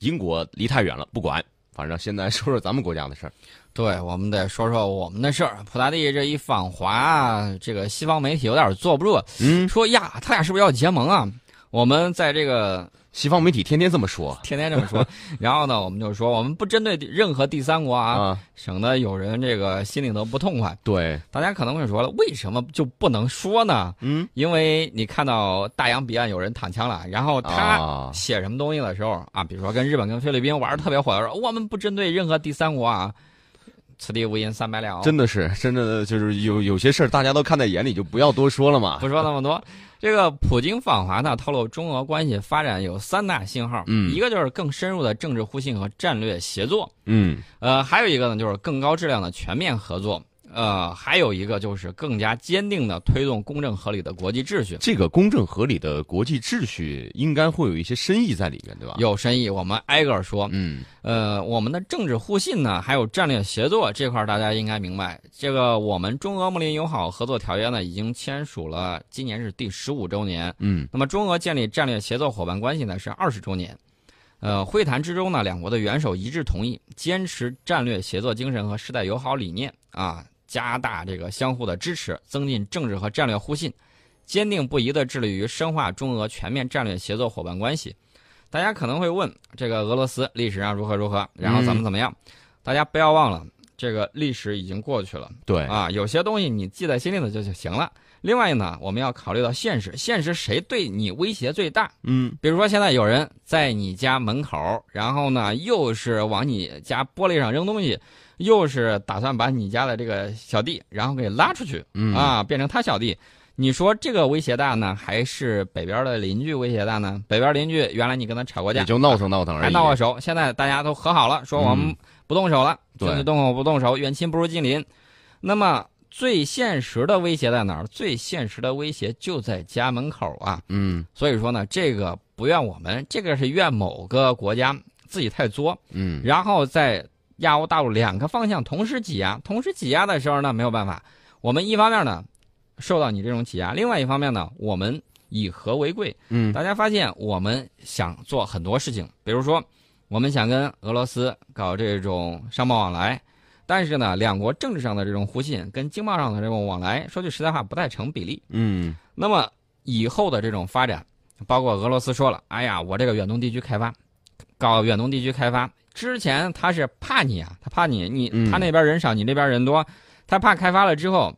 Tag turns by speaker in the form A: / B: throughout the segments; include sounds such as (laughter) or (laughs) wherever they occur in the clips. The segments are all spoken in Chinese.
A: 英国离太远了，不管。反正现在说说咱们国家的事儿。
B: 对，我们得说说我们的事儿。普大帝这一访华，啊这个西方媒体有点坐不住，
A: 嗯，
B: 说呀，他俩是不是要结盟啊？我们在这个
A: 西方媒体天天这么说
B: 天天这么
A: (laughs)
B: 说，然后呢，我们就说我们不针对任何第三国啊，
A: 啊，
B: 省得有人这个心里头不痛快。
A: 对，
B: 大家可能会说了，为什么就不能说呢？
A: 嗯，
B: 因为你看到大洋彼岸有人躺枪了，然后哦他
A: 啊，
B: 写什么东西的时候啊，比如说跟日本、跟菲律宾玩的特别火的时候，我们不针对任何第三国啊，此地无银三百两，
A: 真的是，真的就是有有些事儿大家都看在眼里，就不要多说了嘛。
B: 不说那么多。这个普京访华呢，透露中俄关系发展有三大信号，
A: 嗯
B: 一个就是更深入的政治互信和战略协作，
A: 嗯
B: 呃，还有一个呢就是更高质量的全面合作。呃，还有一个就是更加坚定的推动公正合理的国际秩序，
A: 这个公正合理的国际秩序应该会有一些深意在里面，对吧？，
B: 有深意，我们挨个儿说。
A: 嗯
B: 呃，我们的政治互信呢，还有战略协作这块，大家应该明白。这个我们中俄睦邻友好合作条约呢，已经签署了，今年是第十五周年。
A: 嗯
B: 那么，中俄建立战略协作伙伴关系呢，是二十周年。呃，会谈之中呢，两国的元首一致同意坚持战略协作精神和世代友好理念啊，加大这个相互的支持，增进政治和战略互信，坚定不移地致力于深化中俄全面战略协作伙伴关系。大家可能会问，这个俄罗斯历史上如何如何，然后怎么怎么样？大家不要忘了，这个历史已经过去了。
A: 对，
B: 啊，有些东西你记在心里头就就行了。另外呢，我们要考虑到现实，现实谁对你威胁最大？
A: 嗯
B: 比如说现在有人在你家门口，然后呢又是往你家玻璃上扔东西，又是打算把你家的这个小弟然后给拉出去
A: 嗯，
B: 啊，变成他小弟。你说这个威胁大呢，还是北边的邻居威胁大呢？北边邻居原来你跟他吵过架
A: 也，就闹腾闹腾而已。
B: 还哎闹过手，现在大家都和好了，说我们
A: 嗯
B: 不动手了，
A: 对
B: 君子动口不动手，远亲不如近邻。那么最现实的威胁在哪儿？最现实的威胁就在家门口啊！
A: 嗯
B: 所以说呢，这个不怨我们，这个是怨某个国家自己太作，
A: 嗯
B: 然后在亚欧大陆两个方向同时挤压，同时挤压的时候呢，没有办法，我们一方面呢受到你这种挤压，另外一方面呢，我们以和为贵，
A: 嗯
B: 大家发现我们想做很多事情，比如说我们想跟俄罗斯搞这种商贸往来，但是呢，两国政治上的这种互信跟经贸上的这种往来，说句实在话不太成比例。
A: 嗯
B: 那么以后的这种发展，包括俄罗斯说了，哎呀，我这个远东地区开发，搞远东地区开发，之前他是怕你啊，他怕你，你
A: 嗯
B: 他那边人少，你这边人多，他怕开发了之后，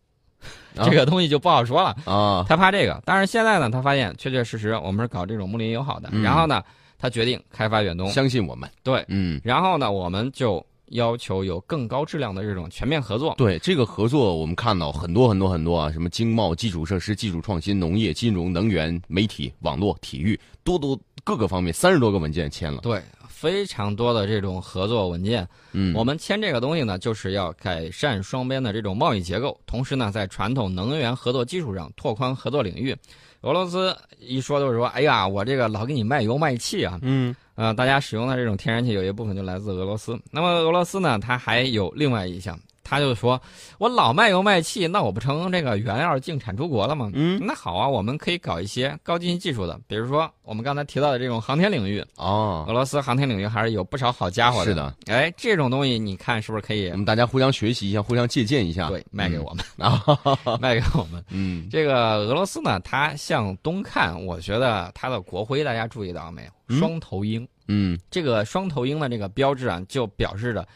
B: (laughs)
A: 啊
B: 这个东西就不好说了。
A: 啊，
B: 他怕这个，但是现在呢，他发现确确实实我们是搞这种睦邻友好的，
A: 嗯
B: 然后呢，他决定开发远东，
A: 相信我们。
B: 对，
A: 嗯。
B: 然后呢，我们就要求有更高质量的这种全面合作，
A: 对这个合作，我们看到很多很多很多啊，什么经贸、基础设施、技术创新、农业、金融、能源、媒体、网络、体育，多多各个方面，三十多个文件签了。
B: 对，非常多的这种合作文件，
A: 嗯，
B: 我们签这个东西呢，就是要改善双边的这种贸易结构，同时呢，在传统能源合作基础上拓宽合作领域。俄罗斯一说就是说，哎呀，我这个老给你卖油卖气啊，
A: 嗯
B: 呃，大家使用的这种天然气有一部分就来自俄罗斯。那么俄罗斯呢，它还有另外一项，它就说我老卖油卖气，那我不成这个原料净产出国了吗？
A: 嗯
B: 那好啊，我们可以搞一些高新技术的，比如说我们刚才提到的这种航天领域，
A: 哦，
B: 俄罗斯航天领域还是有不少好家伙
A: 是
B: 的。
A: 的，
B: 哎，这种东西你看是不是可以
A: 我？们大家互相学习一下，互相借鉴一下。
B: 对，卖给我们，
A: 啊，
B: (laughs) 卖给我们。
A: 嗯
B: 这个俄罗斯呢，它向东看，我觉得它的国徽大家注意到没有？
A: 嗯
B: 双头鹰。
A: 嗯
B: 这个双头鹰的这个标志啊，就表示着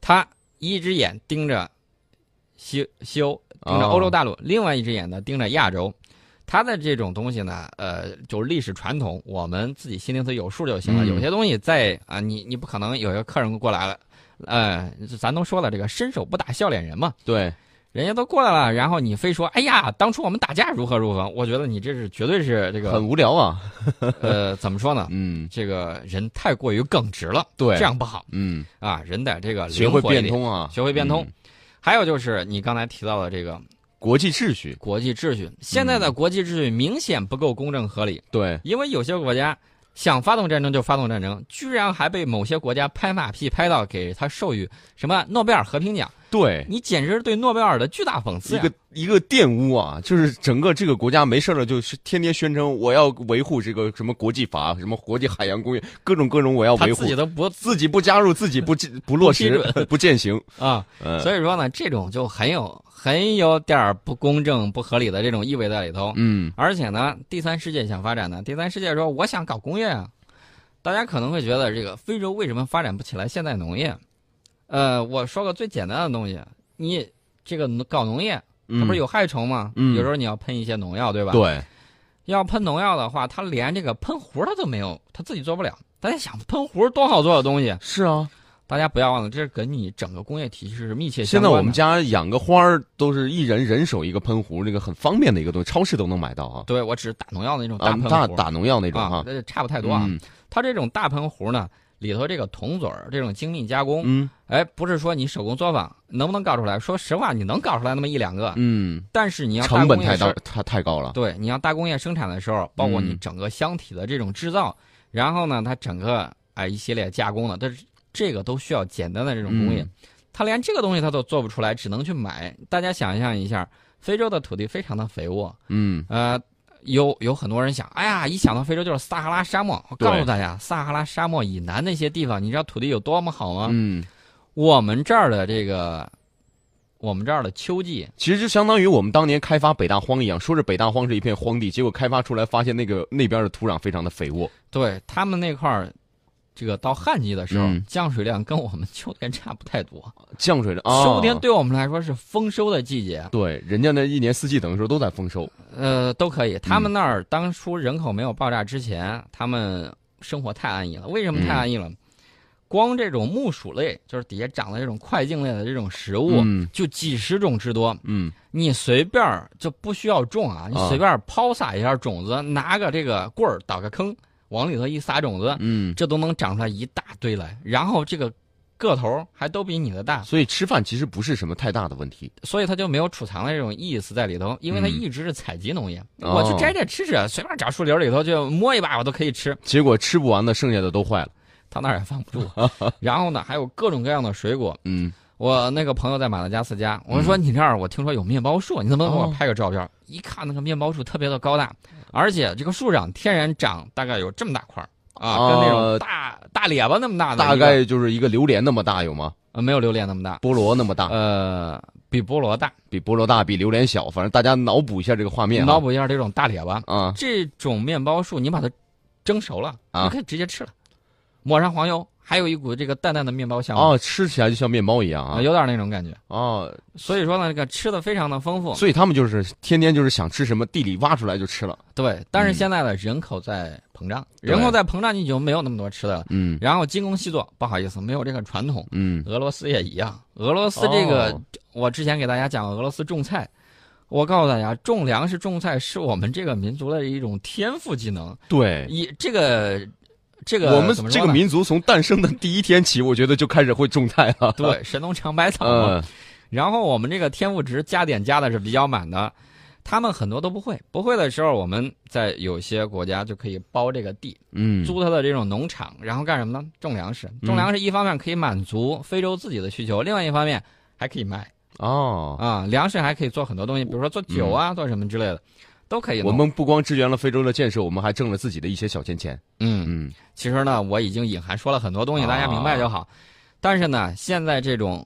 B: 它一只眼盯着西西欧，盯着
A: 哦
B: 欧洲大陆，另外一只眼呢盯着亚洲。它的这种东西呢，呃，就是历史传统，我们自己心里头有数就行了。
A: 嗯
B: 有些东西在啊、你你不可能有一个客人过来了，呃，咱都说了这个伸手不打笑脸人嘛，
A: 对，
B: 人家都过来了，然后你非说，哎呀，当初我们打架如何如何，我觉得你这是绝对是这
A: 很
B: 个
A: 无聊啊。
B: 呃，怎么说呢？
A: 嗯，
B: 这个人太过于耿直了，
A: 对，
B: 这样不好。
A: 嗯，
B: 啊，人得这个
A: 学
B: 灵
A: 会
B: 活一
A: 变
B: 点。
A: 通啊，
B: 学会变通
A: 嗯
B: 还有就是你刚才提到的这个
A: 国际秩序。
B: 国际秩序，现在
A: 嗯
B: 的国际秩序明显不够公正合理，
A: 对，
B: 因为有些国家想发动战争就发动战争，居然还被某些国家拍马屁拍到给他授予什么诺贝尔和平奖。
A: 对，
B: 你简直是对诺贝尔的巨大讽刺
A: 一
B: 呀！
A: 个一个玷污啊，就是整个这个国家没事儿了，就是天天宣称我要维护这个什么国际法，什么国际海洋公约，各种各种我要
B: 他
A: 维护
B: 自己，都不
A: 自己不加入，自己不进不落实
B: 不批，
A: 不践行，
B: 啊，
A: 嗯，
B: (laughs) 所以说呢，这种就很有很有点儿不公正、不合理的这种意味在里头。
A: 嗯
B: 而且呢，第三世界想发展呢，第三世界说我想搞工业啊。大家可能会觉得这个非洲为什么发展不起来现代农业？呃，我说个最简单的东西，你这个农搞农业，它
A: 嗯，
B: 不是有害虫吗？
A: 嗯
B: 有时候你要喷一些农药，对吧？。
A: 对，
B: 要喷农药的话，它连这个喷壶它都没有，它自己做不了。大家想，喷壶多好做的东西，
A: 是啊，
B: 大家不要忘了，这是跟你整个工业体系是密切
A: 现
B: 相
A: 在
B: 关的。
A: 我们家养个花儿都是一人人手一个喷壶，那个很方便的一个东西，超市都能买到啊。
B: 对我只是打农药的那种
A: 啊
B: 哦喷，壶，
A: 打打农药那种
B: 啊
A: 哈，，
B: 那就差不太多啊。
A: 嗯
B: 它这种大喷壶呢，里头这个铜嘴儿这种精密加工，
A: 嗯
B: 哎，不是说你手工作坊能不能搞出来？说实话，你能搞出来那么一两个，
A: 嗯，
B: 但是你要大
A: 成本
B: 工业
A: 太
B: 生
A: 大，太太高了。
B: 对，你要大工业生产的时候，包括你
A: 嗯
B: 整个箱体的这种制造，然后呢，它整个哎一系列加工的，但是这个都需要简单的这种工业，
A: 嗯
B: 它连这个东西它都做不出来，只能去买。大家想象一下，非洲的土地非常的肥沃，
A: 嗯，
B: 呃，有有很多人想，哎呀，一想到非洲就是撒哈拉沙漠。我告诉
A: 对
B: 大家，撒哈拉沙漠以南那些地方，你知道土地有多么好吗？
A: 嗯，
B: 我们这儿的这个，我们这儿的秋季，
A: 其实就相当于我们当年开发北大荒一样，说是北大荒是一片荒地，结果开发出来发现那个那边的土壤非常的肥沃。
B: 对他们那块儿，这个到旱季的时候，
A: 嗯
B: 降水量跟我们秋天差不太多。
A: 降水的啊，
B: 秋天对我们来说是丰收的季节，啊
A: 对，人家那一年四季等于说都在丰收。
B: 呃，都可以。他
A: 嗯
B: 们那儿当初人口没有爆炸之前，他们生活太安逸了。为什么太安逸了？
A: 嗯
B: 光这种木薯类，就是底下长的这种块茎类的这种食物，
A: 嗯
B: 就几十种之多。
A: 嗯，
B: 你随便儿就不需要种啊，你
A: 啊
B: 随便儿抛撒一下种子，拿个这个棍儿打个坑，往里头一撒种子，
A: 嗯，
B: 这都能长出来一大堆来。然后这个个头儿还都比你的大，
A: 所以吃饭其实不是什么太大的问题。
B: 所以它就没有储藏的这种意思在里头，因为它
A: 嗯
B: 一直是采集农业。
A: 哦
B: 我去摘摘吃吃，随便找树林里头去摸一把，我都可以吃。
A: 结果吃不完的，剩下的都坏了。
B: 他那儿也放
A: (laughs)
B: 不住。然后呢，还有各种各样的水果。
A: 嗯，
B: 我那个朋友在马达加斯加，我说你这儿我听说有面包树，你能不能给我
A: 哦嗯
B: 拍个照片？一看那个面包树特别的高大，而且这个树上天然长大概有这么大块儿啊，
A: 哦
B: 跟那种大大列巴那么大的一
A: 大
B: 个，
A: 概就是一个榴莲那么大有吗？
B: 呃没有榴莲那么大，
A: 菠萝那么大，
B: 呃，比菠萝大。
A: 比菠萝大，比榴莲小，反正大家脑补一下这个画面、啊。
B: 脑补一下这种大列巴，
A: 啊，
B: 这种面包树你把它蒸熟了，
A: 啊
B: 你可以直接吃了，抹上黄油，还有一股这个淡淡的面包香味
A: 哦，吃起来就像面包一样啊
B: 啊，。有点那种感觉。
A: 哦，
B: 所以说呢，这个吃的非常的丰富，
A: 所以他们就是天天就是想吃什么，地里挖出来就吃了。
B: 对。但是
A: 嗯
B: 现在的人口在膨胀，
A: 对
B: 人口在膨胀，你就没有那么多吃的了。
A: 嗯
B: 然后精工细作，不好意思，没有这个传统。
A: 嗯，
B: 俄罗斯也一样，俄罗斯这个、
A: 哦
B: 我之前给大家讲俄罗斯种菜，我告诉大家，种粮食、种菜是我们这个民族的一种天赋技能。
A: 对。
B: 以这个这个
A: 我们
B: 怎么
A: 这
B: 说
A: 个
B: 呢
A: 民族从诞生的第一天起，我觉得就开始会种菜了。
B: (laughs)
A: (laughs)
B: 对，神农尝百草嘛。
A: 嗯，
B: 然后我们这个天赋值加点加的是比较满的，他们很多都不会。不会的时候，我们在有些国家就可以包这个地，
A: 嗯
B: 租他的这种农场，然后干什么呢？种粮食。种粮食一方面可以满足非洲自己的需求，另外一方面还可以卖
A: 哦，
B: 啊，粮食还可以做很多东西，比如说做酒啊，做什么之类的，都可以弄。
A: 我们不光支援了非洲的建设，我们还挣了自己的一些小钱钱。
B: 嗯，
A: 嗯
B: 其实呢，我已经隐含说了很多东西，
A: 啊
B: 大家明白就好。但是呢，现在这种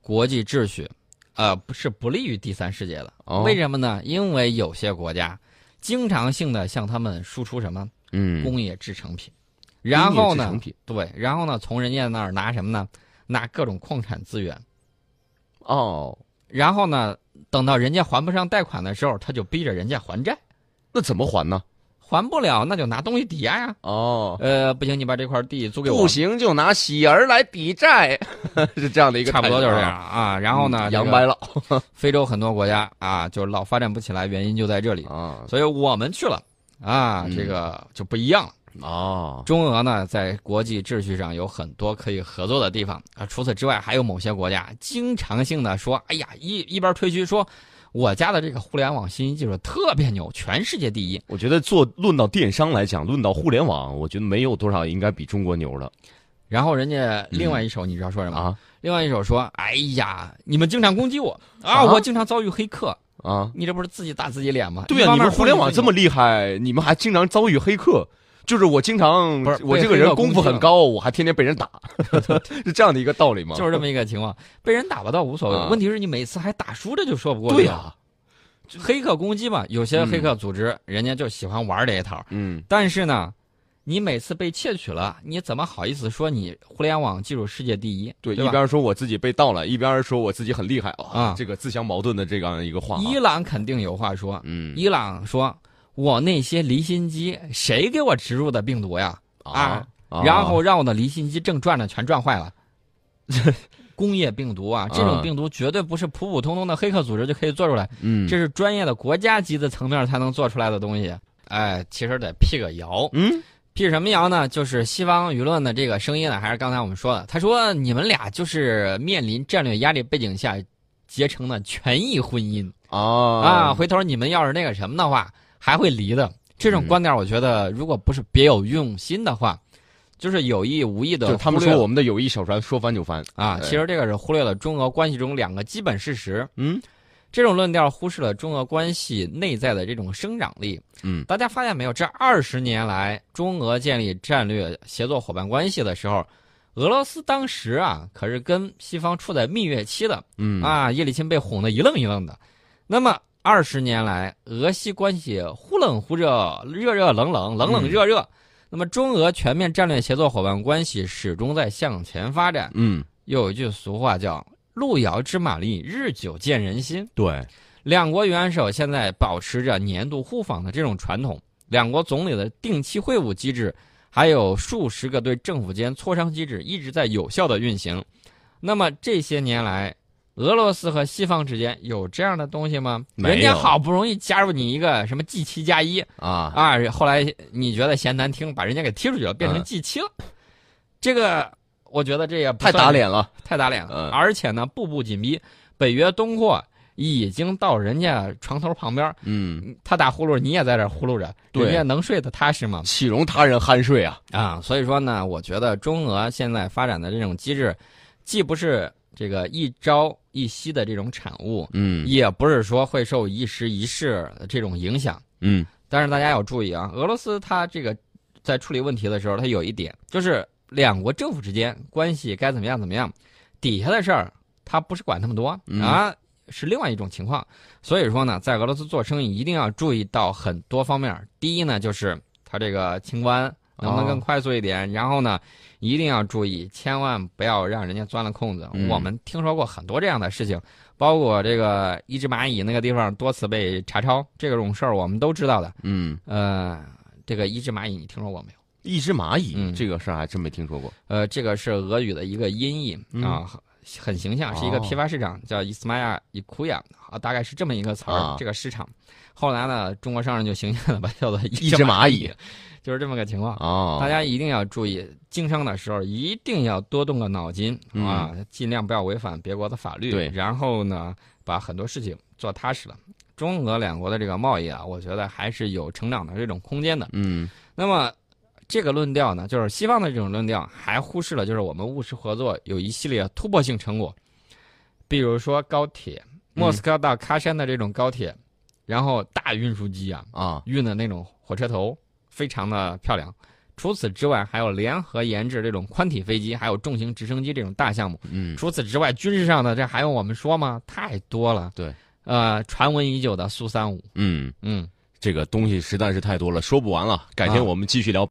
B: 国际秩序，呃，不是不利于第三世界的。
A: 哦
B: 为什么呢？因为有些国家经常性的向他们输出什么
A: 嗯，
B: 工业制成品，然后
A: 工业制
B: 呢
A: 成，品
B: 对，然后呢，从人家那儿拿什么呢？拿各种矿产资源，
A: 哦，
B: 然后呢，等到人家还不上贷款的时候，他就逼着人家还债，
A: 那怎么还呢？
B: 还不了那就拿东西抵押呀。
A: 哦，
B: 呃，不行，你把这块地租给我
A: 不，行就拿喜儿来抵债， (laughs) 是这样的一个
B: 差不多
A: 态
B: 就
A: 度啊
B: 是这样。啊。然后呢，
A: 嗯
B: 这
A: 扬
B: 个
A: 白了
B: 非洲很多国家啊，就老发展不起来，原因就在这里。
A: 啊
B: 所以我们去了啊，
A: 嗯
B: 这个就不一样了。
A: 哦，
B: 中俄呢，在国际秩序上有很多可以合作的地方啊。除此之外，还有某些国家经常性的说：“哎呀，一一边吹嘘说，我家的这个互联网信息技术特别牛，全世界第一。
A: 我觉得做论到电商来讲，论到互联网，我觉得没有多少应该比中国牛了。”
B: 然后人家另外一手你知道说什么？
A: 嗯啊
B: 另外一手说：“哎呀，你们经常攻击我啊，
A: 啊
B: 我经常遭遇黑客，
A: 啊！
B: 你这不是自己打自己脸吗？”
A: 对呀、啊你们互联网这么厉害，你们还经常遭遇黑客。就是我经常
B: 不是，
A: 我
B: 被
A: 这个
B: 黑
A: 人
B: 客
A: 功
B: 攻
A: 夫
B: 击
A: 很
B: 了
A: 高，我还天天被人打， (laughs) 是这样的一个道理吗？
B: 就是这么一个情况，被人打不到无所谓，
A: 啊
B: 问题是你每次还打输这就说不过去
A: 对呀、啊
B: 了黑客攻击嘛，有些黑客组织、人家就喜欢玩这一套，
A: 嗯，
B: 但是呢，你每次被窃取了，你怎么好意思说你互联网技术世界第一？
A: 对，
B: 对，
A: 一。边说我自己被盗了，一边说我自己很厉害啊
B: 啊，
A: 这个自相矛盾的这样一个话啊，
B: 伊朗肯定有话说，
A: 嗯
B: 伊朗说：“我那些离心机，谁给我植入的病毒呀？
A: 啊，啊
B: 然后让我的离心机正转着全转坏了。 (laughs) 工业病毒啊，这种
A: 嗯
B: 病毒绝对不是普普通通的黑客组织就可以做出来，
A: 嗯，
B: 这是专业的国家级的层面才能做出来的东西。哎，其实得辟个谣，
A: 嗯
B: 辟什么谣呢？就是西方舆论的这个声音呢，还是刚才我们说的，他说你们俩就是面临战略压力背景下结成的权益婚姻
A: 啊
B: 啊，回头你们要是那个什么的话，还会离的。这种
A: 嗯
B: 观点，我觉得如果不是别有用心的话，就是有意无意的，
A: 就他们说我哎们的友谊小船说翻就翻，
B: 啊，其实这个是忽略了中俄关系中两个基本事实。
A: 嗯
B: 这种论调忽视了中俄关系内在的这种生长力。
A: 嗯
B: 大家发现没有？这二十年来，中俄建立战略协作伙伴关系的时候，俄罗斯当时啊可是跟西方处在蜜月期的
A: 嗯，
B: 啊，叶利钦被哄得一愣一愣的。那么二十年来，俄西关系忽冷忽热，热热冷冷，冷
A: 嗯
B: 冷热热。那么，中俄全面战略协作伙伴关系始终在向前发展。
A: 嗯，
B: 又有一句俗话叫“路遥知马力，日久见人心
A: 对，”。
B: 两国元首现在保持着年度互访的这种传统，两国总理的定期会晤机制，还有数十个对政府间磋商机制一直在有效的运行。那么这些年来，俄罗斯和西方之间有这样的东西吗？
A: 没有
B: 人家好不容易加入你一个什么 G 七加一，
A: 啊，
B: 啊，后来你觉得嫌难听，把人家给踢出去了，变成
A: 嗯
B: G 七了。这个我觉得这也不
A: 太
B: 算
A: 打脸了，
B: 太打脸了
A: 嗯。
B: 而且呢，步步紧逼，北约东扩已经到人家床头旁边儿，
A: 嗯，
B: 他打呼噜，你也在这儿呼噜着，
A: 对
B: 人家能睡得踏实吗？
A: 岂容他人酣睡啊，
B: 啊，所以说呢，我觉得中俄现在发展的这种机制，既不是这个一朝一夕的这种产物，
A: 嗯
B: 也不是说会受一时一事的这种影响。
A: 嗯
B: 但是大家要注意啊，俄罗斯它这个在处理问题的时候，它有一点就是两国政府之间关系该怎么样怎么样，底下的事儿它不是管那么多
A: 嗯
B: 啊，是另外一种情况。所以说呢，在俄罗斯做生意一定要注意到很多方面。第一呢，就是它这个清关能不能更快速一点？然后呢，一定要注意，千万不要让人家钻了空子。
A: 嗯
B: 我们听说过很多这样的事情，包括这个一只蚂蚁那个地方多次被查抄这种事儿，我们都知道的。
A: 嗯，
B: 呃，这个一只蚂蚁你听说过没有？
A: 一只蚂蚁
B: 嗯
A: 这个事儿还真没听说过，
B: 呃，这个是俄语的一个音译
A: 嗯哦
B: 啊，很很形象，是一个批发市场，叫伊斯玛亚伊库亚啊，大概是这么一个词儿。
A: 啊
B: 这个市场，后来呢，中国商人就形象的把它叫做
A: 一
B: 一
A: 只蚂
B: 蚁
A: 蚁，
B: 就是这么个情况。
A: 啊，
B: 大家一定要注意，经商的时候一定要多动个脑筋
A: 嗯
B: 啊，尽量不要违反别国的法律。
A: 对
B: 然后呢，把很多事情做踏实了。中俄两国的这个贸易啊，我觉得还是有成长的这种空间的。
A: 嗯
B: 那么这个论调呢，就是西方的这种论调，还忽视了就是我们务实合作有一系列突破性成果，比如说高铁，
A: 嗯
B: 莫斯科到喀山的这种高铁，然后大运输机啊，
A: 啊，
B: 运的那种火车头，非常的漂亮。除此之外，还有联合研制这种宽体飞机，还有重型直升机这种大项目。
A: 嗯
B: 除此之外，军事上的这还用我们说吗？太多了。
A: 对，
B: 呃，传闻已久的苏三五，
A: 嗯，
B: 嗯。
A: 这个东西实在是太多了，说不完了，改天
B: 啊
A: 我们继续聊。